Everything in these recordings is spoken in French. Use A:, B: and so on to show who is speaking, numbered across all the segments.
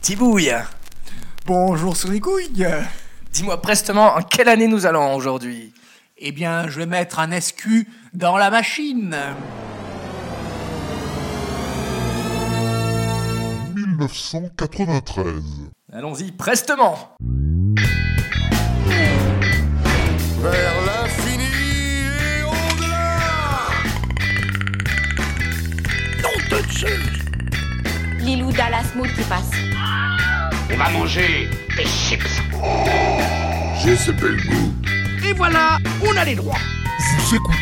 A: Tibouille,
B: Bonjour sur les couilles
A: dis-moi prestement en quelle année nous allons aujourd'hui
B: Eh bien, je vais mettre un SQ dans la machine
C: 1993.
A: Allons-y, prestement
D: vers l'infini et au-delà.
E: Lilou Dallas Mood qui passe.
F: On va manger des chips.
C: J'ai ce bel goût.
F: Et voilà, on a les droits.
C: Vous écoutez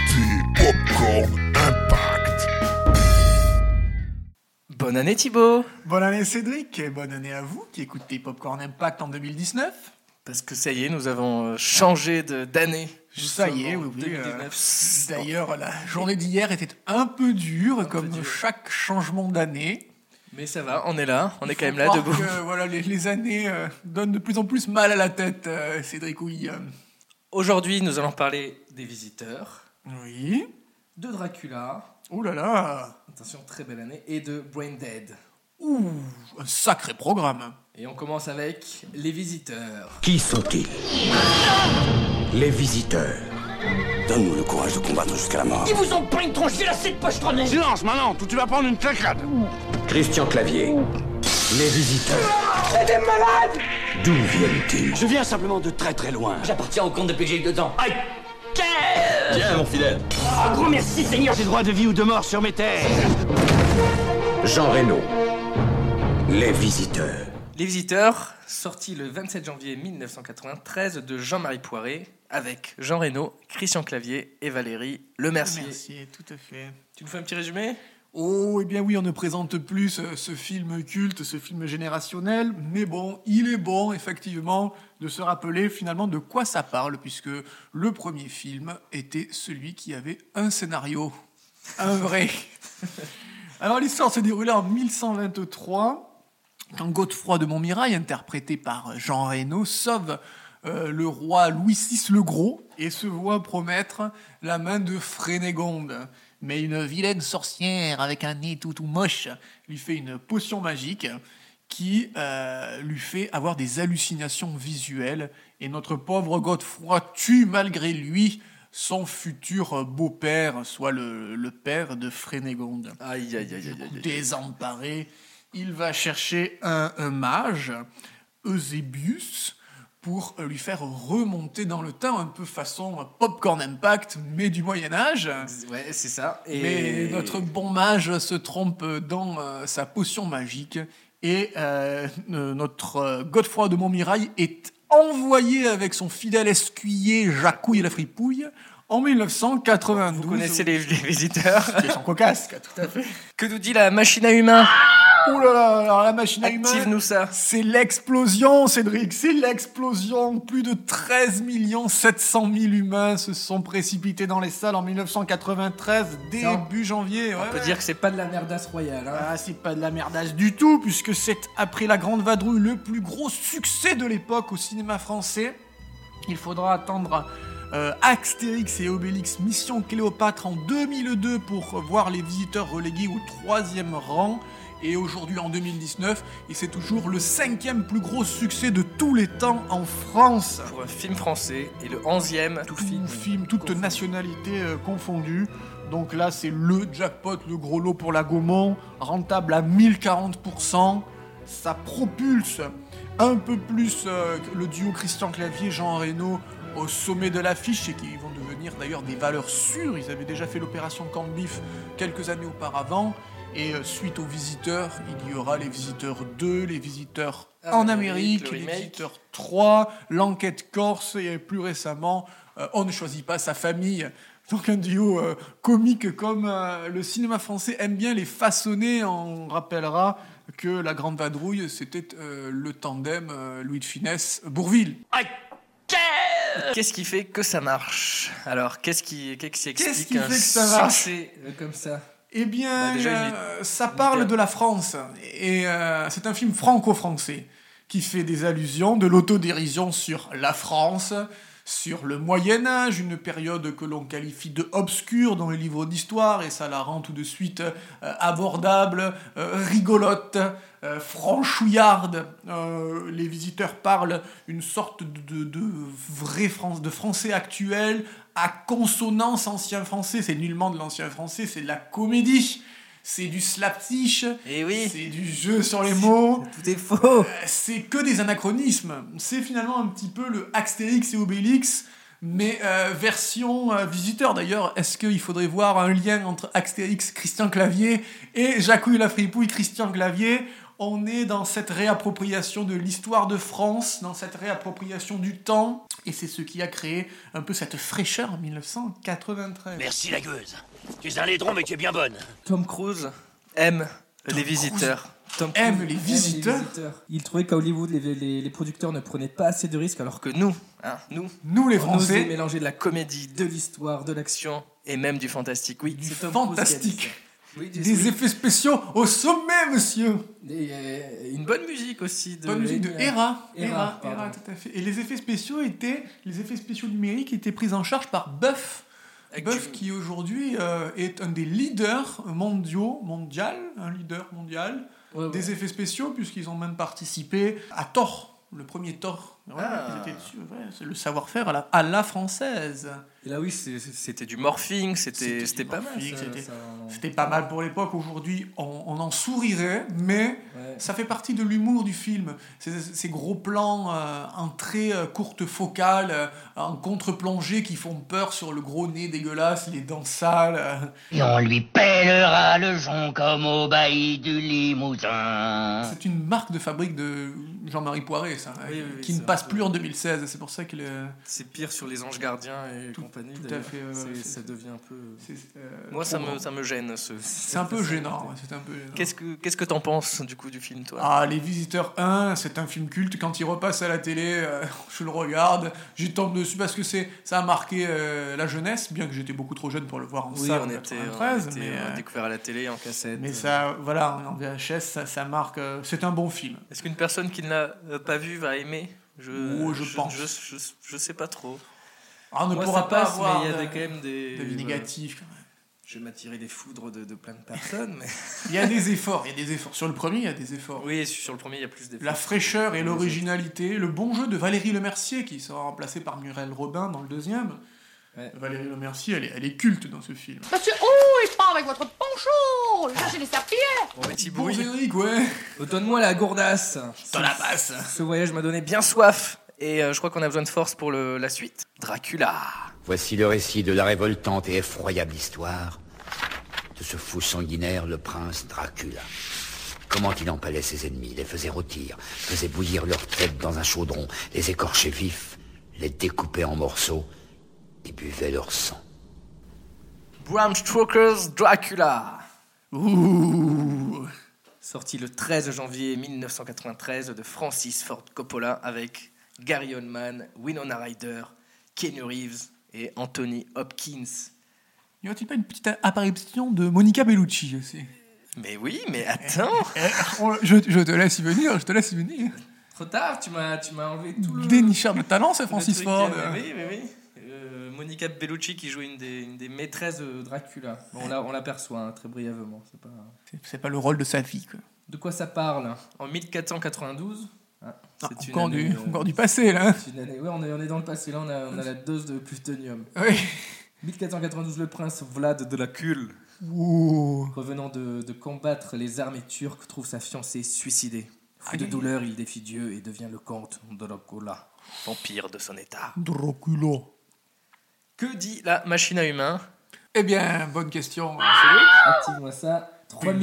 C: Popcorn Impact.
A: Bonne année Thibaut
B: Bonne année Cédric et bonne année à vous qui écoutez Popcorn Impact en 2019
A: Parce que ça y est, nous avons euh, changé de- d'année.
B: Ça y
A: euh,
B: est, oui, oui,
A: 2019.
B: D'ailleurs, la journée d'hier était un peu dure, comme
A: dure.
B: chaque changement d'année.
A: Mais ça va, on est là, on est quand
B: Faut
A: même là,
B: croire
A: debout.
B: que, voilà, les, les années euh, donnent de plus en plus mal à la tête, euh, Cédric Ouille. euh.
A: Aujourd'hui, nous allons parler des visiteurs,
B: Oui
A: de Dracula,
B: Oh là là
A: attention, très belle année, et de Brain Dead.
B: Ouh Un sacré programme
A: Et on commence avec les visiteurs.
G: Qui sont-ils Les visiteurs. Donne-nous le courage de combattre jusqu'à la mort.
F: Ils vous ont pris une tronche, j'ai assez de pochetronnée.
H: Silence maintenant, ou tu vas prendre une claquade.
G: Christian Clavier. Les visiteurs.
F: Ah,
G: C'est des malades D'où viennent-ils
I: Je viens simplement de très très loin.
F: J'appartiens au compte depuis que j'ai eu deux ans. Aïe
G: Tiens, mon fidèle.
F: Un grand merci, Seigneur.
H: J'ai droit de vie ou de mort sur mes terres.
G: Jean Reno. Les visiteurs.
A: Les visiteurs, sorti le 27 janvier 1993 de Jean-Marie Poiré, avec Jean Reno, Christian Clavier et Valérie Lemercier.
B: Merci, tout à fait.
A: Tu nous fais un petit résumé
B: Oh, eh bien oui, on ne présente plus ce, ce film culte, ce film générationnel, mais bon, il est bon, effectivement, de se rappeler finalement de quoi ça parle, puisque le premier film était celui qui avait un scénario. Un vrai. Alors l'histoire se déroulait en 1123 quand Godefroy de Montmirail, interprété par Jean Reno, sauve euh, le roi Louis VI le Gros et se voit promettre la main de Frénégonde. Mais une vilaine sorcière avec un nez tout tout moche lui fait une potion magique qui euh, lui fait avoir des hallucinations visuelles et notre pauvre Godefroy tue malgré lui son futur beau-père, soit le, le père de Frénégonde.
A: Aïe, aïe, aïe, aïe, aïe.
B: Désemparé, il va chercher un, un mage, Eusebius, pour lui faire remonter dans le temps, un peu façon Popcorn Impact, mais du Moyen Âge.
A: Ouais, c'est ça. Et
B: Mais notre bon mage se trompe dans euh, sa potion magique et euh, euh, notre euh, Godefroy de Montmirail est envoyé avec son fidèle escuyer Jacouille la fripouille en 1992.
A: Vous connaissez les, les visiteurs
B: Ils sont cocasses, tout à fait.
A: Que nous dit la machine à humains
B: Oh là là, alors la machine à humains.
A: Active-nous ça.
B: C'est l'explosion, Cédric, c'est l'explosion. Plus de 13 700 000 humains se sont précipités dans les salles en 1993, début
A: Non.
B: janvier. ouais,
A: On peut
B: ouais.
A: dire que c'est pas de la merdasse royale. hein.
B: Ah, c'est pas de la merdasse du tout, puisque c'est, après La Grande Vadrouille, le plus gros succès de l'époque au cinéma français. Il faudra attendre euh, Astérix et Obélix Mission Cléopâtre en 2002 pour voir les visiteurs relégués au troisième rang. Et aujourd'hui, en 2019, et c'est toujours le cinquième plus gros succès de tous les temps en France.
A: Pour un film français et le 11e tout
B: Tout film, toute
A: confondu.
B: nationalité euh, confondue. Donc là, c'est le jackpot, le gros lot pour la Gaumont, rentable à 1040%. Ça propulse un peu plus euh, le duo Christian Clavier, Jean Reno au sommet de l'affiche et qui vont devenir d'ailleurs des valeurs sûres. Ils avaient déjà fait l'opération Camp Bif quelques années auparavant. Et euh, suite aux visiteurs, il y aura les visiteurs 2, les visiteurs en
A: Amérique,
B: Amérique,
A: le
B: les
A: remake.
B: visiteurs 3, l'enquête corse et plus récemment, euh, on ne choisit pas sa famille. Donc un duo euh, comique comme euh, le cinéma français aime bien les façonner. On rappellera que La Grande Vadrouille, c'était euh, le tandem euh, Louis de Finesse-Bourville.
A: Qu'est-ce qui fait que ça marche Alors, qu'est-ce qui, qu'est-ce qui explique
B: qui
A: un
B: fait que ça marche
A: succès, euh, comme ça
B: Eh bien,
A: Bah, déjà, il est
B: euh, ça parle de la France. Et euh, c'est un film franco-français qui fait des allusions, de l'autodérision sur la France, sur le Moyen Âge, une période que l'on qualifie de obscure dans les livres d'histoire, et ça la rend tout de suite euh, abordable, euh, rigolote, euh, franchouillarde. Euh, les visiteurs parlent une sorte de, de, de vrai Fran- de français actuel, à consonance ancien français, c'est nullement de l'ancien français, c'est de la comédie. C'est du slapstick,
A: Eh oui.
B: c'est du jeu sur les mots,
A: Tout est faux.
B: c'est que des anachronismes. C'est finalement un petit peu le Axtérix et Obélix, mais euh, version euh, visiteur. D'ailleurs, est-ce qu'il faudrait voir un lien entre Axtérix, Christian Clavier et Jacouille la fripouille, Christian Clavier On est dans cette réappropriation de l'histoire de France, dans cette réappropriation du temps, et c'est ce qui a créé un peu cette fraîcheur en 1993.
F: Merci la gueuse. Tu es un laidron, mais tu es bien bonne.
A: Tom Cruise aime les visiteurs. Tom
B: Aime
A: Cruise
B: les visiteurs.
A: Il trouvait qu'à Hollywood, les, les- les producteurs ne prenaient pas assez de risques, alors que nous, hein, nous,
B: Nous les
A: on osait
B: Français,
A: mélanger de la comédie, de l'histoire, de l'action et même du fantastique. Oui,
B: du
A: c'est Tom Cruise qui a dit
B: fantastique,
A: ça. Oui,
B: des effets spéciaux au sommet, monsieur
A: Et, euh, une bonne musique aussi. De
B: Bonne musique de
A: Enya.
B: Hera.
A: Hera,
B: Hera,
A: pardon.
B: Hera, tout à fait. Et les effets spéciaux étaient, les effets spéciaux numériques étaient pris en charge par Buff.
A: Avec
B: Buff
A: du-
B: qui aujourd'hui euh, est un des leaders mondiaux, mondial, un leader mondial
A: Ouais, Ah ouais.
B: des effets spéciaux puisqu'ils ont même participé à Thor, le premier Thor. Ouais,
A: Ah.
B: ils étaient dessus, ouais, c'est le savoir-faire à la, à la française.
A: Et là, oui, c'est- c'était du morphing, c'était
B: du
A: c'était pas mal.
B: morphing,
A: ça,
B: c'était-
A: ça-
B: C'était pas mal pour l'époque, aujourd'hui on, on en sourirait, mais
A: ouais.
B: Ça fait partie de l'humour du film. Ces, ces gros plans euh, en très euh, courte focale, euh, en contre-plongée qui font peur sur le gros nez dégueulasse, les dents sales. euh.
I: Et on lui pèlera le jonc comme au bailli du Limousin.
B: C'est une marque de fabrique de Jean-Marie Poiret, ça, hein,
A: Ah. Oui, oui, oui,
B: qui ne
A: c'est
B: passe
A: un peu-
B: plus en 2016. C'est pour ça que le-
A: C'est pire sur les anges gardiens et
B: Tout-
A: compagnie.
B: tout à
A: d'ailleurs.
B: fait, ouais,
A: C'est-
B: ouais, c'est-
A: ça devient un peu.
B: c'est, euh,
A: Moi, ça
B: trop
A: me,
B: grand.
A: ça me gêne. Ce,
B: C'est un peu gênant. ouais, C'est un peu gênant.
A: Qu'est-ce que qu'est-ce que t'en penses du coup du film, toi
B: Ah, Les Visiteurs 1, c'est un film culte. Quand il repasse à la télé, euh, je le regarde, j'y tombe dessus parce que c'est ça a marqué euh, la jeunesse, bien que j'étais beaucoup trop jeune pour le voir en
A: Oui,
B: salle. en
A: on était,
B: 93,
A: on était,
B: mais,
A: euh,
B: euh,
A: découvert à la télé en cassette.
B: mais ça, voilà, en VHS, ça, ça marque. euh, c'est un bon film.
A: Est-ce qu'une personne qui ne l'a euh, pas vu va aimer je,
B: Oh, je pense.
A: Je, je- je sais pas trop.
B: Ah, on ne
A: Moi,
B: pourra
A: ça
B: pas
A: passe,
B: avoir
A: mais il y a
B: de-
A: des- quand même des. euh,
B: d'avis
A: voilà.
B: négatif.
A: Je vais m'attirer des foudres de, de plein de personnes. mais-
B: Il y a des efforts. Il y a des efforts. Sur le premier, il y a des efforts.
A: oui, sur le premier, il y a plus d'effets.
B: La fraîcheur et l'originalité, le bon jeu de Valérie Lemercier, qui sera remplacée par Muriel Robin dans le deuxième.
A: Ouais.
B: Valérie Lemercier, elle est, elle est culte dans ce film.
E: Monsieur, oh, il part avec votre poncho Lâchez les serpillères
A: Bon, bah, Thibaut,
B: Bon, Cédric, ouais.
A: donne-moi la gourdasse.
B: Dans la passe.
A: Ce voyage m'a donné bien soif. Et euh, je crois qu'on a besoin de force pour le- la suite. Dracula.
G: Voici le récit de la révoltante et effroyable histoire de ce fou sanguinaire, le prince Dracula. Comment il empalait ses ennemis, les faisait rôtir, faisait bouillir leurs têtes dans un chaudron, les écorchait vifs, les découpait en morceaux et buvait leur sang.
A: Bram Stoker's Dracula.
B: Ouh.
A: Sorti le 13 janvier 1993 de Francis Ford Coppola avec Gary Oldman, Winona Ryder, Keanu Reeves et Anthony Hopkins.
B: Y aura-t-il pas une petite apparition de Monica Bellucci aussi
A: Mais oui, mais attends
B: je, je te laisse y venir, je te laisse y venir.
A: Trop tard, tu m'as tu m'as enlevé tout le...
B: Dénicheur de talent, c'est
A: le
B: Francis
A: truc,
B: Ford.
A: euh, oui, oui, oui. Euh, Monica Bellucci qui joue une des, une des maîtresses de Dracula. Bon, on la- on l'aperçoit hein, très brièvement. C'est pas...
B: C'est- C'est pas le rôle de sa fille. Quoi.
A: De quoi ça parle En 1492. hein,
B: Ah,
A: c'est une
B: encore,
A: année,
B: du,
A: euh,
B: encore du passé, là.
A: c'est une année- ouais, on est, on est dans le passé. Là, on a, on a la dose de plutonium.
B: Oui.
A: 1492, le prince Vlad de la Cule,
B: Ouh.
A: revenant de, de combattre les armées turques, trouve sa fiancée suicidée. Fou
B: Aïe,
A: de
B: aïe,
A: douleur, il défie Dieu et devient le comte Dracula, vampire de son état.
B: Dracula.
A: Que dit la machine à humains
B: Eh bien, bonne question.
A: Ah, Active-moi ça. 3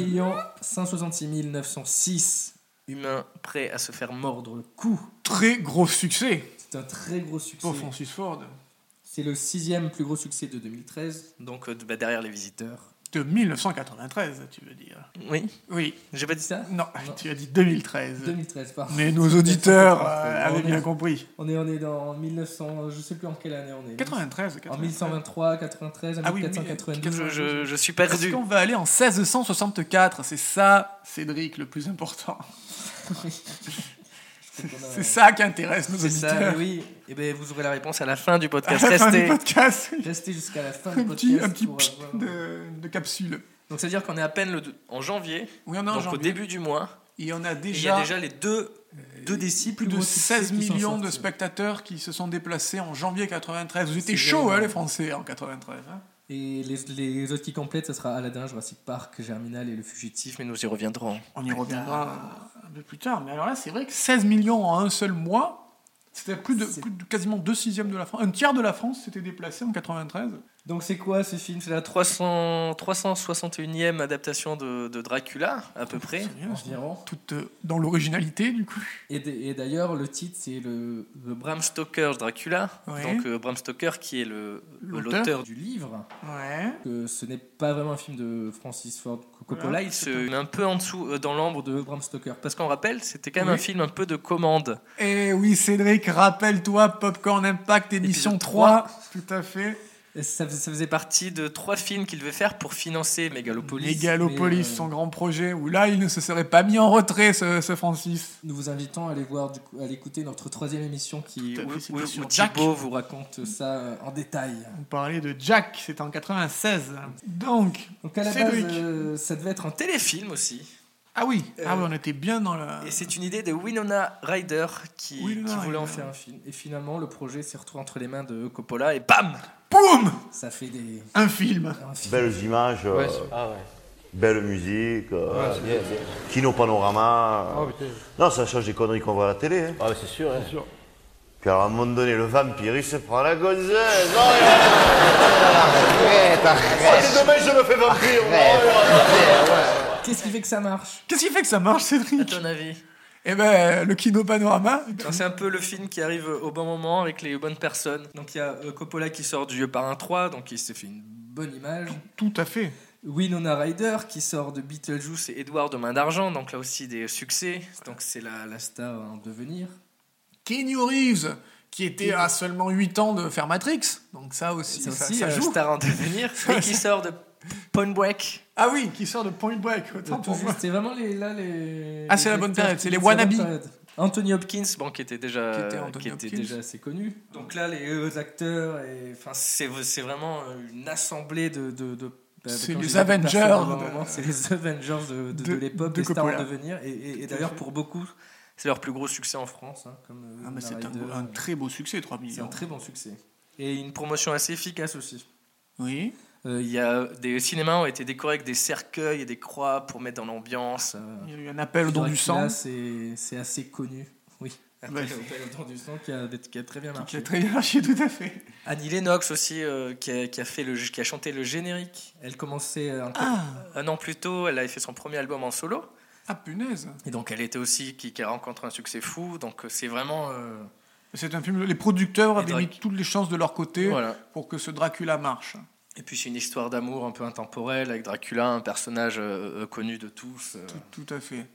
A: 566 906 humains prêts à se faire mordre le cou.
B: Très gros succès
A: C'est un très gros succès.
B: pour Francis Ford.
A: C'est le sixième plus gros succès de 2013, donc euh, bah, derrière les visiteurs.
B: De 1993, tu veux dire.
A: Oui,
B: Oui.
A: j'ai pas dit ça
B: Non,
A: Non.
B: tu as dit 2013.
A: 2013, pardon.
B: Mais nos auditeurs euh,
A: Parce que
B: avaient
A: on est-
B: bien compris.
A: On est, on est dans 1900, je sais plus en quelle année on est.
B: 93,
A: En
B: 93.
A: 1123, 93, en
B: Ah oui,
A: 1492.
B: oui, euh,
A: je, je suis
B: Est-ce qu'on va aller en
A: Euh,
B: 1664 C'est ça, Cédric, le plus important.
A: C'est qu'on a-
B: C'est ça qui intéresse nos
A: C'est ça,
B: auditeurs.
A: oui. Et ben vous aurez la réponse à la fin du
B: À la
A: podcast.
B: fin du
A: Restez,
B: podcast, oui.
A: restez jusqu'à la fin
B: un
A: du
B: petit,
A: podcast.
B: un petit
A: pour
B: pchit
A: avoir-
B: de, de capsule.
A: Donc ça veut dire qu'on est à peine le deux- en janvier.
B: Oui, on est en
A: donc au
B: janvier.
A: début du mois.
B: Et on a
A: Et Il y a
B: déjà, euh,
A: déjà les deux, deux décis
B: plus de
A: gros succès
B: 16
A: qui sont
B: millions de
A: sortis.
B: spectateurs qui se sont déplacés en janvier 93. Vous
A: C'est
B: étiez chauds,
A: vrai.
B: hein, les Français, en 93. hein.
A: Et les, les autres qui complètent, ça sera Aladdin, Jurassic Park, Germinal et Le Fugitif, mais nous y reviendrons.
B: On y reviendra un peu plus tard. Mais alors là, c'est vrai que 16 millions en un seul mois, c'était plus de,
A: C'est-
B: plus de- quasiment deux sixièmes de la France. Un tiers de la France s'était déplacé en 93.
A: Donc c'est quoi ce film C'est la 300, 361e adaptation de, de Dracula, à peu près,
B: rien, c'est
A: environ.
B: Tout euh, dans l'originalité, du coup.
A: Et, d- et d'ailleurs, le titre, c'est le, le Bram Stoker Dracula.
B: Ouais.
A: Donc euh, Bram Stoker qui est le,
B: L'auteur.
A: l'auteur du livre.
B: Ouais.
A: Que ce n'est pas vraiment un film de Francis Ford Coppola.
B: Voilà.
A: Il se met un peu en dessous, euh, dans l'ombre de Bram Stoker. Parce qu'on rappelle, c'était quand même
B: Oui.
A: un film un peu de commande.
B: Eh oui, Cédric, rappelle-toi, Popcorn Impact, émission
A: Épisode
B: 3. Tout à fait.
A: Et Ça, fais- ça faisait partie de trois films qu'il devait faire pour financer Megalopolis.
B: Megalopolis,
A: Mais, euh,
B: son grand projet, où là, il ne se serait pas mis en retrait, ce, ce Francis.
A: Nous vous invitons à aller voir, du coup, à aller écouter notre troisième émission qui
B: Tout à
A: où,
B: fait, c'était
A: où-
B: sur
A: où
B: Jack.
A: Thibaut vous raconte ça euh, en détail.
B: On parlait de Jack, c'était en 96. Donc,
A: Donc à la base,
B: Cédric.
A: euh, ça devait être un téléfilm aussi.
B: Ah oui, ah
A: Euh,
B: oui, on était bien dans la...
A: Et c'est une idée de Winona Ryder qui,
B: Ah. Winona
A: qui voulait en
B: Ryder.
A: faire un film. Et finalement, le projet s'est retrouvé entre les mains de Coppola et bam
B: Boum
A: Ça fait des.
B: Un film.
A: un film.
J: Belles images, euh,
A: Ouais.
J: belle musique, euh, Kino Panorama. euh. non, ça change des conneries qu'on voit à la télé. hein.
F: Ah, c'est sûr, hein.
J: Puis alors, à un moment donné, le vampire, il se prend la gonzesse. Oh, arrête, arrête. Oh, demain, je me fais vampire.
A: Qu'est-ce qui fait que ça marche
B: Qu'est-ce qui fait que ça marche,
A: À
B: Cédric
A: ton avis
B: Eh ben, le Kino Panorama.
A: Alors, C'est un peu le film qui arrive au bon moment avec les bonnes personnes. Donc il y a euh, Coppola qui sort du par un 3, donc il s'est fait une bonne image.
B: Tout à fait.
A: Winona Ryder qui sort de Beetlejuice et Edward de Main d'Argent, donc là aussi des succès. Donc c'est la, la star en devenir.
B: Keanu Reeves, qui était à seulement 8 ans de faire Matrix. Donc ça aussi,
A: C'est
B: ça,
A: aussi
B: ça
A: euh,
B: joue.
A: star en devenir et qui sort de Point Break.
B: Ah oui, qui sort de Point Break. autant
A: Tout
B: pour moi.
A: juste, C'est vraiment les, là les.
B: Ah, c'est
A: les
B: la bonne
A: acteurs
B: période,
A: qui-
B: c'est les
A: la
B: wannabes.
A: bonne période. Anthony Hopkins, bon, qui était déjà,
B: Qui était Anthony
A: qui était
B: Hopkins.
A: déjà assez connu. Donc là, les euh, acteurs, et enfin, c'est c'est vraiment euh, une assemblée de. de, de- bah,
B: C'est
A: comme
B: les
A: je disais, de
B: Avengers
A: personnes avant un
B: de-
A: moment, C'est les Avengers de, de,
B: de-
A: de l'époque,
B: de
A: des stars en
B: Coppola.
A: devenir. Et, et- et
B: Tout à
A: d'ailleurs,
B: fait.
A: pour beaucoup, c'est leur plus gros succès en France. hein, comme, euh,
B: Ah, mais c'est
A: Winona
B: un,
A: Ryder.
B: un très beau succès, 3
A: C'est un
B: millions.
A: très bon succès. Et une promotion assez efficace aussi.
B: Oui.
A: Euh, Il y a des cinémas ont été décorés avec des cercueils et des croix pour mettre dans l'ambiance. euh,
B: Il y a eu un appel au don
A: Dracula,
B: du sang.
A: c'est c'est assez connu. Oui.
B: Ouais.
A: Appel au don du sang qui a, qui a très bien
B: Qui
A: marché.
B: a très bien marché, tout à fait.
A: Annie Lennox aussi, euh, qui, a, qui a fait le, qui a chanté le générique. Elle commençait euh, un, un an plus tôt, elle avait fait son premier album en solo.
B: Ah, punaise.
A: Et donc elle était aussi, qui, qui a rencontré un succès fou. Donc euh, c'est vraiment... euh,
B: C'est un film. Les producteurs
A: Et
B: avaient mis
A: Drake.
B: toutes les chances de leur côté
A: voilà.
B: pour que ce Dracula marche.
A: Et puis c'est une histoire d'amour un peu intemporelle avec Dracula, un personnage euh, euh, connu de tous. euh.
B: Tout, tout à fait.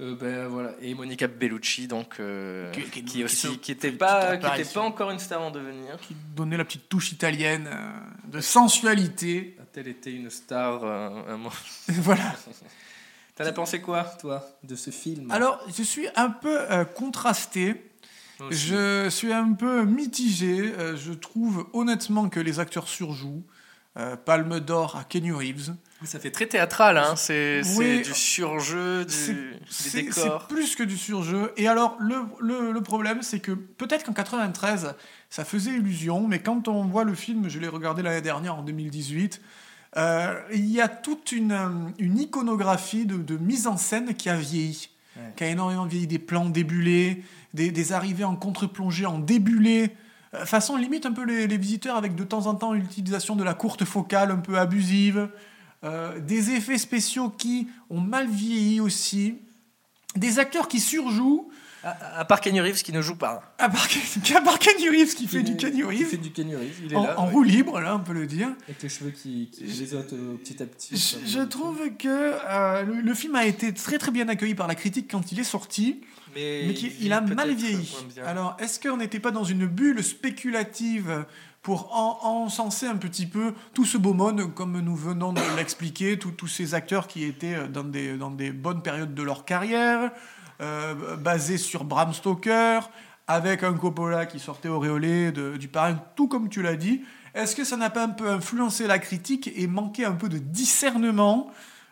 A: Euh, ben, voilà. Et Monica Bellucci, donc, euh,
B: Qui-
A: qui,
B: qui- qui
A: aussi,
B: se-
A: qui n'était
B: petite
A: pas, qui était
B: apparition.
A: pas encore une star en devenir.
B: Qui donnait la petite touche italienne euh, de sensualité.
A: A-t-elle été une star euh, un moment
B: voilà.
A: T'en as pensé quoi, toi, de ce film
B: Alors, je suis un peu euh, contrasté.
A: Moi aussi.
B: Je suis un peu mitigé. Euh, je trouve honnêtement que les acteurs surjouent. Euh, Palme d'or à Kenny Reeves.
A: Ça fait très théâtral, hein. c'est c'est
B: Oui.
A: du surjeu,
B: C'est-
A: du, des
B: C'est c'est
A: décors.
B: plus que du surjeu. Et alors, le, le- le problème, c'est que peut-être qu'en 93, ça faisait illusion, mais quand on voit le film, je l'ai regardé l'année dernière, en 2018, euh, il y a toute une, euh, une iconographie de, de mise en scène qui a vieilli,
A: Ouais.
B: qui a énormément vieilli. Des plans débulés, des, des arrivées en contre-plongée, en débulé. Euh, Façon limite un peu les, les visiteurs avec de temps en temps une utilisation de la courte focale un peu abusive. Euh, des effets spéciaux qui ont mal vieilli aussi, des acteurs qui surjouent,
A: À, à part Kenny Reeves qui ne joue pas.
B: à part, Ken- à part Kenny Reeves qui fait du Kenny
A: Il fait
B: Reeves,
A: du Kenny Reeves, il est
B: en,
A: là.
B: en
A: ouais.
B: roue libre, là, on peut le dire.
A: Avec les cheveux qui, qui
B: Je-
A: lisotent, euh, petit à petit.
B: Je,
A: ça,
B: je
A: oui.
B: trouve que euh, le, le film a été très très bien accueilli par la critique quand il est sorti,
A: Mais,
B: mais qui-
A: vit
B: il a
A: peut-être
B: mal vieilli.
A: moins bien.
B: Alors, est-ce qu'on n'était pas dans une bulle spéculative pour en- encenser un petit peu tout ce beau monde, comme nous venons de l'expliquer, tous tous ces acteurs qui étaient dans des, dans des bonnes périodes de leur carrière, euh, basé sur Bram Stoker, avec un Coppola qui sortait auréolé de- du parrain, tout comme tu l'as dit. Est-ce que ça n'a pas un peu influencé la critique et manqué un peu de discernement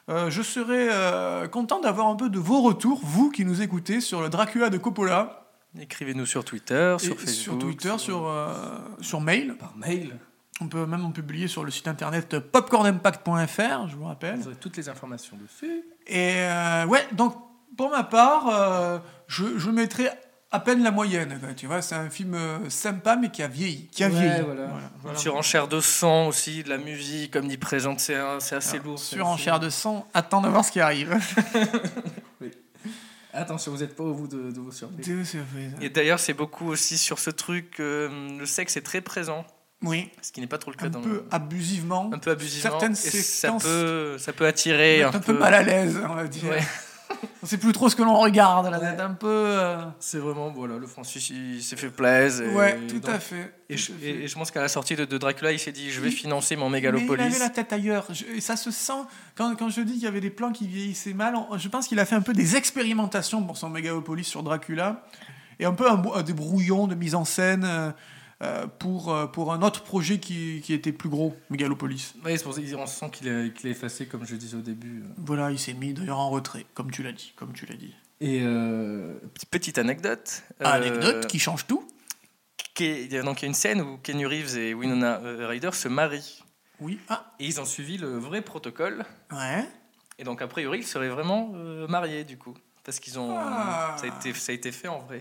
B: Euh, Je serais euh, content d'avoir un peu de vos retours, vous qui nous écoutez, sur le Dracula de Coppola.
A: Écrivez-nous sur Twitter, sur
B: Et
A: Facebook.
B: sur Twitter, sur, euh, sur mail.
A: Par mail.
B: On peut même en publier sur le site internet popcornimpact.fr, je vous rappelle.
A: Vous aurez toutes les informations dessus.
B: Et euh, ouais, donc pour ma part, euh, je, je mettrais à peine la moyenne. quoi, tu vois, c'est un film euh, sympa mais qui a vieilli. Qui a
A: Ouais,
B: vieilli.
A: voilà.
B: voilà.
A: Sur Enchère de sang aussi, de la musique, comme dit présente, c'est un- c'est assez lourd. c'est
B: Sur
A: assez-
B: enchère de sang, attends de voir ce qui arrive.
A: Attention, vous n'êtes pas au bout de, de vos surprises.
B: Deux surprises.
A: Et d'ailleurs, c'est beaucoup aussi sur ce truc, euh, le sexe est très présent,
B: Oui,
A: ce qui n'est pas trop le cas
B: un
A: dans
B: peu abusivement.
A: un peu abusivement.
B: Certaines
A: et ça
B: séquences
A: peut, ça peut attirer
B: mettent
A: un,
B: un peu mal à l'aise, on va dire.
A: Ouais.
B: On sait plus trop ce que l'on regarde, là,
A: Ouais.
B: d'être un peu... euh,
A: C'est vraiment, voilà, le Francis, il s'est fait plaisir. et
B: Ouais, tout
A: dans-
B: à fait.
A: Et je,
B: tout à fait.
A: et- et je pense qu'à la sortie de, de Dracula, il s'est dit je vais
B: Oui.
A: financer mon
B: Mais il
A: mégalopolis.
B: avait la tête ailleurs. Je- et ça se sent. Quand, quand je dis qu'il y avait des plans qui vieillissaient mal, on- je pense qu'il a fait un peu des expérimentations pour son Megalopolis sur Dracula. Et un peu un bou- des brouillons de mise en scène euh, euh, pour, euh, pour un autre projet qui, qui était plus gros, Megalopolis.
A: Ouais, c'est pour ça qu'il- on sent qu'il est, qu'il est effacé, comme je disais au début.
B: Voilà, il s'est mis d'ailleurs en retrait, comme tu l'as dit. Comme tu l'as dit.
A: Et euh, petite anecdote. euh,
B: Anecdote qui change tout.
A: qui est- il y a- donc il y a une scène où Kenny Reeves et Winona euh, Ryder se marient.
B: Oui, ah,
A: Et ils ont suivi le vrai protocole.
B: ouais.
A: Et donc, a priori, ils seraient vraiment euh, mariés, du coup. Parce qu'ils ont.
B: Ah.
A: Ça, a été, ça a été fait en vrai.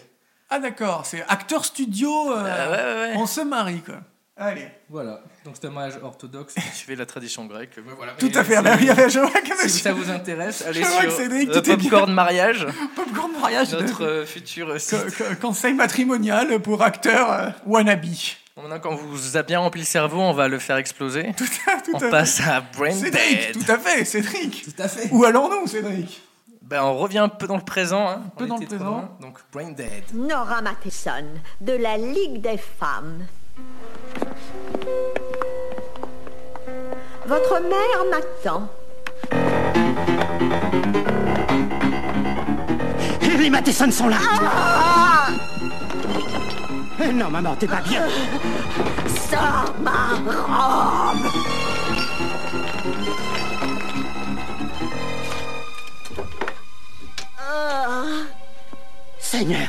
B: Ah, d'accord, c'est acteur studio. euh,
A: Ah, ouais, ouais, ouais.
B: On se marie, quoi. Allez.
A: Voilà. Donc, c'est un mariage orthodoxe. Suivez la tradition grecque. Mais voilà.
B: Tout
A: Mais
B: à fait. ah, bah
A: c'est-
B: Il y avait, je vois que
A: Si
B: monsieur-
A: ça vous intéresse, allez
B: Je vois que
A: sur
B: c'est Eric
A: euh,
B: qui était bien.
A: Popcorn Mariage,
B: Popcorn mariage. de-
A: notre euh, futur euh, site.
B: Co- co- conseil matrimonial pour acteur euh, wannabe.
A: Maintenant, quand vous a bien rempli le cerveau, on va le faire exploser.
B: Tout
A: on
B: à fait.
A: passe à Brain
B: Cédric,
A: Dead.
B: tout à fait, Cédric.
A: Tout à fait.
B: Où allons-nous, Cédric
A: Ben, on revient un peu dans le présent. Hein.
B: peu
A: On
B: dans le
A: était trop
B: présent.
A: loin. Donc, Brain Dead.
K: Nora Matheson, de la Ligue des femmes. Votre mère m'attend.
H: Les Matheson sont là Eh Non, maman, t'es pas bien
K: Sors ma robe Ah,
H: Seigneur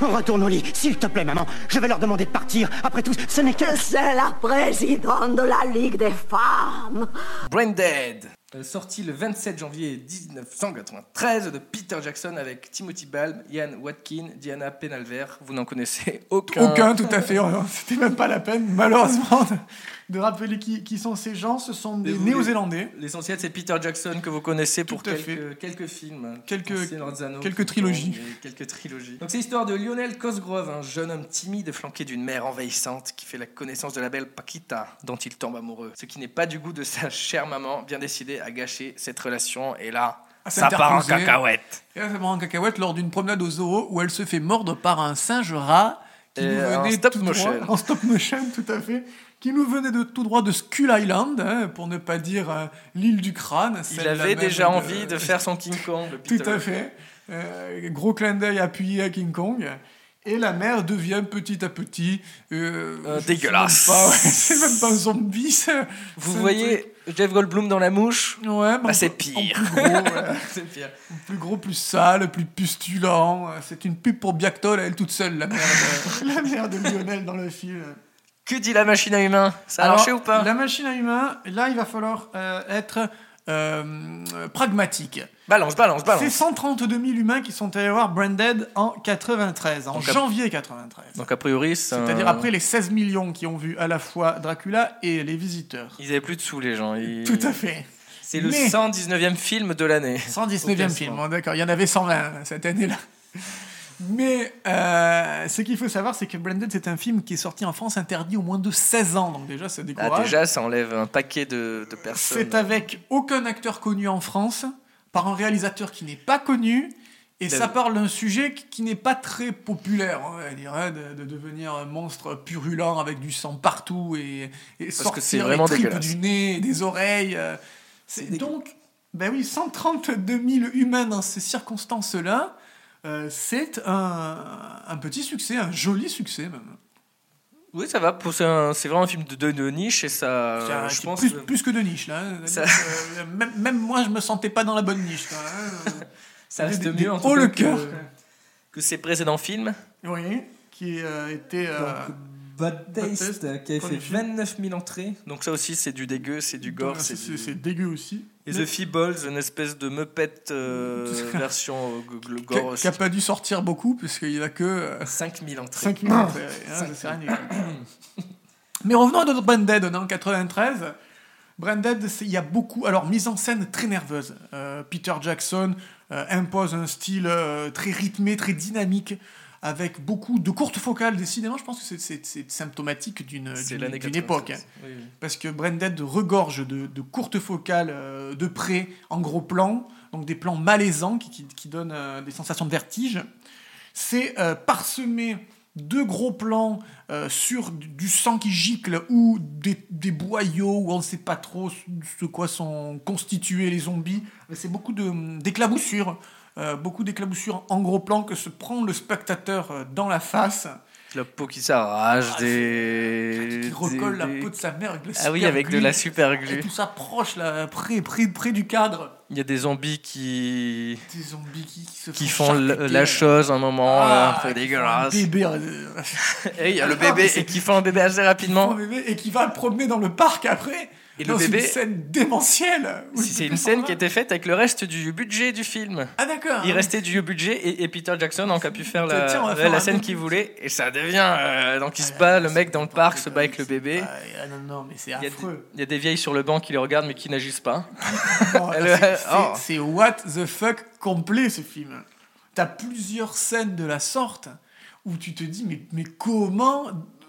H: On retourne au lit, s'il te plaît, maman. Je vais leur demander de partir. Après tout, ce n'est que...
K: C'est la présidente de la Ligue des femmes.
A: Brain Dead. Euh, sorti le 27 janvier 1993 de Peter Jackson avec Timothy Balm, Ian Watkin, Diana Penalver. Vous n'en connaissez aucun.
B: Aucun, tout à fait. on- C'était même pas la peine, malheureusement, de, de rappeler qui, qui sont ces gens. Ce sont
A: Mais
B: des
A: vous-
B: Néo-Zélandais.
A: L'essentiel, c'est Peter Jackson que vous connaissez pour
B: Tout à
A: quelques, quelques films.
B: Quelques-
A: Le Seigneur des Anneaux,
B: quelques
A: King
B: trilogies.
A: Kong et Quelques trilogies. Donc, c'est l'histoire de Lionel Cosgrove, un jeune homme timide flanqué d'une mère envahissante qui fait la connaissance de la belle Paquita, dont il tombe amoureux. Ce qui n'est pas du goût de sa chère maman, bien décidée à gâcher cette relation. Et là,
B: À
A: ça part en
B: s'interposer.
A: cacahuète.
B: Et là, ça part en cacahuète lors d'une promenade au zoo où elle se fait mordre par un singe rat qui
A: Et
B: nous
A: en
B: venait
A: stop
B: tout
A: motion.
B: droit, en stop motion, tout à fait, qui nous venait de tout droit de Skull Island, hein, pour ne pas dire euh, l'île du crâne.
A: Il
B: celle-là
A: avait
B: même
A: déjà envie de faire son King Kong. le
B: Tout
A: Peter.
B: à fait. Euh, gros clin d'œil appuyé à King Kong. Et la mère devient petit à petit. euh,
A: Euh,
B: je sais
A: dégueulasse.
B: même pas, ouais, c'est même pas un zombie. c'est-
A: Vous
B: c'est un
A: voyez Jeff Goldblum dans la mouche
B: truc- Ouais, mais en-
A: c'est
B: en
A: pire.
B: Plus gros, ouais.
A: C'est pire.
B: plus gros, plus sale, plus pustulent. C'est une pub pour Biactol à elle toute seule, la mère de, la mère de Lionel dans le film.
A: Que dit la machine à humains Ça a marché ou pas
B: La machine à humains, là, il va falloir euh, être euh, pragmatique.
A: Balance, balance, balance.
B: C'est 132 000 humains qui sont allés voir Branded en 93, en
A: Donc, à-
B: janvier 93.
A: Donc a priori, c'est un-
B: C'est-à-dire après les 16 millions qui ont vu à la fois Dracula et les visiteurs.
A: Ils avaient plus de sous, les gens. Ils-
B: Tout à fait.
A: C'est le
B: Mais-
A: 119e film de l'année.
B: 119e
A: Au
B: film,
A: classement.
B: hein, d'accord. Il y en avait 120 cette année-là. Mais euh, ce qu'il faut savoir, c'est que Branded, c'est un film qui est sorti en France interdit au moins de 16 ans. Donc déjà, ça
A: Ah,
B: décourage.
A: déjà, ça enlève un paquet de, de personnes.
B: C'est avec aucun acteur connu en France, par un réalisateur qui n'est pas connu, et ça
A: David.
B: parle d'un sujet qui qui n'est pas très populaire, on va dire, hein, de, de devenir un monstre purulent avec du sang partout et, et
A: que c'est
B: sortir
A: vraiment
B: les tripes
A: dégueulasse.
B: du nez, et des oreilles. euh, c'est
A: dégueu.
B: donc, ben oui, 132 000 humains dans ces circonstances-là. Euh, c'est un, un petit succès, un joli succès même.
A: Oui, ça va. pour- C'est un- c'est vraiment un film de, de- de niche et ça.
B: C'est un-
A: Euh, je
B: c'est
A: pense
B: plus,
A: que-
B: plus que de niche là. hein.
A: Ça-
B: Euh, même, même moi, je me sentais pas dans la bonne niche. quoi, hein.
A: ça reste
B: Des- des
A: mieux en tout
B: hauts
A: cas
B: le
A: que-
B: cœur.
A: que ses précédents films.
B: Oui, qui euh, était. euh,
A: Bad Taste,
B: Taste,
A: qui avait fait
B: premier
A: 29 000 entrées. Donc ça aussi, c'est du dégueu, c'est du gore,
B: Ouais,
A: c'est
B: c'est-
A: du...
B: c'est dégueu aussi.
A: Et
B: Mais-
A: The Feebles, une espèce de meupette euh, version euh, g- g- gore
B: Qui
A: aussi.
B: n'a pas dû sortir beaucoup, parce qu'il n'y a que euh,
A: 5000 entrées.
B: 5000 entrées. ouais, hein,
A: Cinq
B: c'est rien du tout. Mais revenons à notre Branded, on est en 93. Branded, c'est- il y a beaucoup. Alors, mise en scène très nerveuse. Euh, Peter Jackson euh, impose un style euh, très rythmé, très dynamique, avec beaucoup de courtes focales. Décidément, je pense que c'est- c'est c'est symptomatique d'une
A: C'est
B: d'une-
A: l'année
B: d'une époque.
A: 93.
B: hein.
A: Oui, oui.
B: Parce que Branded regorge de, de courtes focales euh, de près, en gros plans, donc des plans malaisants qui, qui- qui donnent euh, des sensations de vertige. C'est euh, parsemé de gros plans euh, sur du- du sang qui gicle ou des, des boyaux où on ne sait pas trop ce- de quoi sont constitués les zombies. Mais c'est beaucoup de- d'éclaboussures, euh, beaucoup d'éclaboussures en gros plan que se prend le spectateur euh, dans la face.
A: La peau qui s'arrache,
B: Ah,
A: des...
B: Qui recolle
A: des-
B: la
A: des-
B: peau de sa mère avec de la
A: Ah oui,
B: super
A: avec de
B: glue.
A: la super
B: Et
A: glue.
B: tout ça proche, là, près, près, près du cadre.
A: Il y a des zombies qui...
B: Des zombies qui, qui se
A: qui
B: font
A: font l-
B: charcuter.
A: la chose un moment
B: Ah,
A: euh, un peu
B: qui font
A: dégueulasse.
B: un bébé, euh,
A: Et il y a le
B: Ah, mais
A: bébé
B: c'est-
A: et qui fait un bébé assez
B: un
A: rapidement.
B: bébé et qui va le promener dans le parc après.
A: Et le
B: dans
A: bébé-
B: une scène démentielle. où
A: Si
B: il
A: C'est
B: te
A: une
B: fait
A: scène
B: prendre
A: qui
B: un-
A: était faite avec le reste du budget du film.
B: Ah d'accord.
A: Il restait du budget et, et Peter Jackson donc, a pu faire la,
B: Tiens, on va
A: ouais,
B: faire
A: la
B: un
A: scène
B: peu
A: qu'il
B: plus.
A: voulait et ça devient. euh, donc il se bat, le mec dans le parc se bat avec le bébé.
B: Ah, ah, non non mais c'est
A: Il y, a des,
B: affreux.
A: il y a des vieilles sur le banc qui les regardent mais qui n'agissent pas.
B: Non,
A: Elle-
B: là, c'est-
A: oh.
B: c'est- C'est what the fuck complet ce film. T'as plusieurs scènes de la sorte où tu te dis mais, mais comment,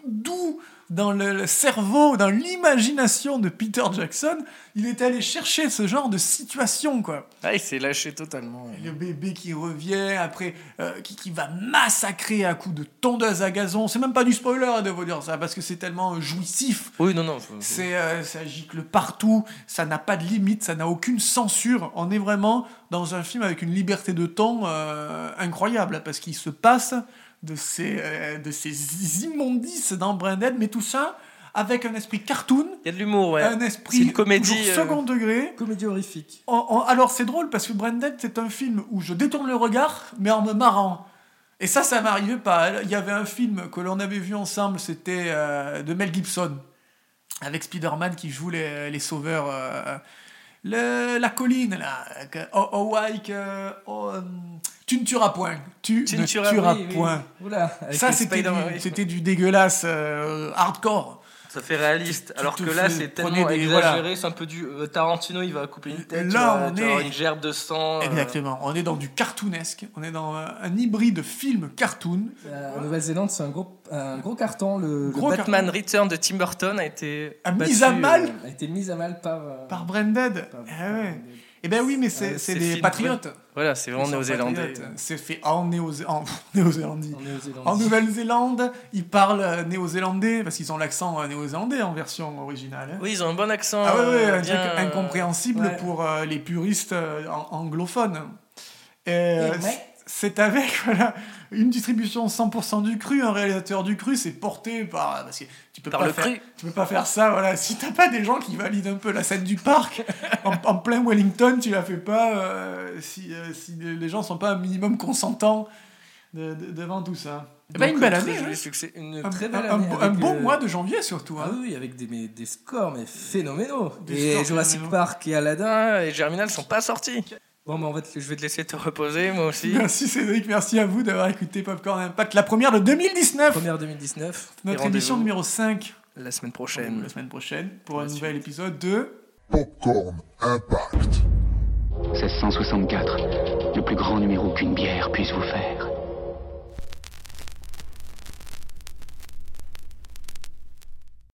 B: d'où dans le, le cerveau, dans l'imagination de Peter Jackson, il est allé chercher ce genre de situation quoi.
A: Ah, il s'est lâché totalement.
B: Le bébé qui revient après, euh, qui, qui va massacrer à coups de tondeuse à gazon. C'est même pas du spoiler hein, de vous dire ça parce que c'est tellement euh, jouissif.
A: Oui, non, non. faut-
B: C'est, euh, ça gicle partout, ça n'a pas de limite, ça n'a aucune censure. On est vraiment dans un film avec une liberté de ton euh, incroyable, parce qu'il se passe de ces, euh, de ces immondices dans Branded, mais tout ça avec un esprit cartoon,
A: Il y a de l'humour, ouais.
B: un esprit
A: C'est une comédie,
B: toujours
A: euh,
B: second degré.
A: Comédie horrifique.
B: En- en- alors c'est drôle parce que Branded c'est un film où je détourne le regard mais en me marrant. Et ça, ça m'arrivait pas. Il y avait un film que l'on avait vu ensemble, c'était euh, de Mel Gibson avec Spider-Man qui joue les, les sauveurs. euh, le- la colline là, que- oh, oh, why que- oh, hum, tu ne tueras point, tu, ne tueras, point. Ça c'était du, c'était du dégueulasse euh, hardcore.
A: Ça fait réaliste.
B: tu
A: Alors
B: te
A: que là,
B: fais-
A: c'est
B: prenez
A: tellement
B: des-
A: exagéré.
B: voilà.
A: C'est un peu du euh, Tarantino, il va couper une tête.
B: Là,
A: tu vas-
B: on
A: tu vas avoir
B: est- Eh
A: une gerbe de
B: Oh
A: sang. euh,
B: Exactement. On est dans du cartoonesque. On est dans euh, un hybride film cartoon.
L: Euh, en Nouvelle-Zélande, c'est un gros, un gros carton. Le,
B: Gros
L: le
B: carton.
A: Batman Return de Tim Burton a été.
B: Ah,
A: battu,
B: mise à
A: euh,
B: mal
L: a été mis à mal par. euh,
B: par Branded. Eh ouais. Eh ben oui, mais c'est
A: Euh,
B: c'est
A: ces
B: des
A: films-
B: patriotes.
A: Voilà, c'est vraiment
B: Ils sont
A: néo-zélandais.
B: patriotes. C'est fait en Néo- en- Néo-Zélandie.
L: Néo-Zélande.
B: En Nouvelle-Zélande, ils parlent euh, néo-zélandais parce qu'ils ont l'accent euh, néo-zélandais en version originale. hein.
A: Oui, ils ont un bon accent.
B: Ah ouais, ouais,
A: euh,
B: un truc
A: bien, euh,
B: incompréhensible
A: ouais.
B: pour euh, les puristes euh, an- anglophones. Et, euh,
L: Et ouais.
B: c'est avec voilà, une distribution 100% du cru, un réalisateur du cru, c'est porté par parce que tu peux
A: Par
B: pas
A: le
B: faire,
A: cru.
B: tu peux pas faire ça voilà, si t'as pas des gens qui valident un peu la scène du parc en, en plein Wellington, tu la fais pas euh, si, euh, si les gens sont pas un minimum consentants de- de- devant tout ça. Eh ben,
A: Donc,
B: une belle
A: très
B: année.
A: joli
B: hein.
A: succès, Une
B: Un,
A: très
B: un-
A: belle
B: un
A: année.
B: beau- un
A: avec,
B: bon
A: euh,
B: mois de janvier surtout. hein.
L: Ah oui, avec des, mais des scores mais phénoménaux.
B: Des
L: et
B: scores
L: Jurassic
B: phénoménaux.
L: Park et Aladdin. euh,
A: Aladdin et Germinal sont pas sortis. Bon, bah, on va te- je vais te laisser te reposer, moi aussi.
B: Merci Cédric, merci à vous d'avoir écouté Popcorn Impact, la première de 2019.
L: Première 2019.
B: Notre
A: Et
B: émission
A: rendez-vous Mm.
B: numéro 5
A: La semaine
B: la
L: Mmh.
A: prochaine.
B: semaine prochaine pour un nouvel épisode de...
C: Popcorn Impact.
I: 1664, le plus grand numéro qu'une bière puisse vous faire.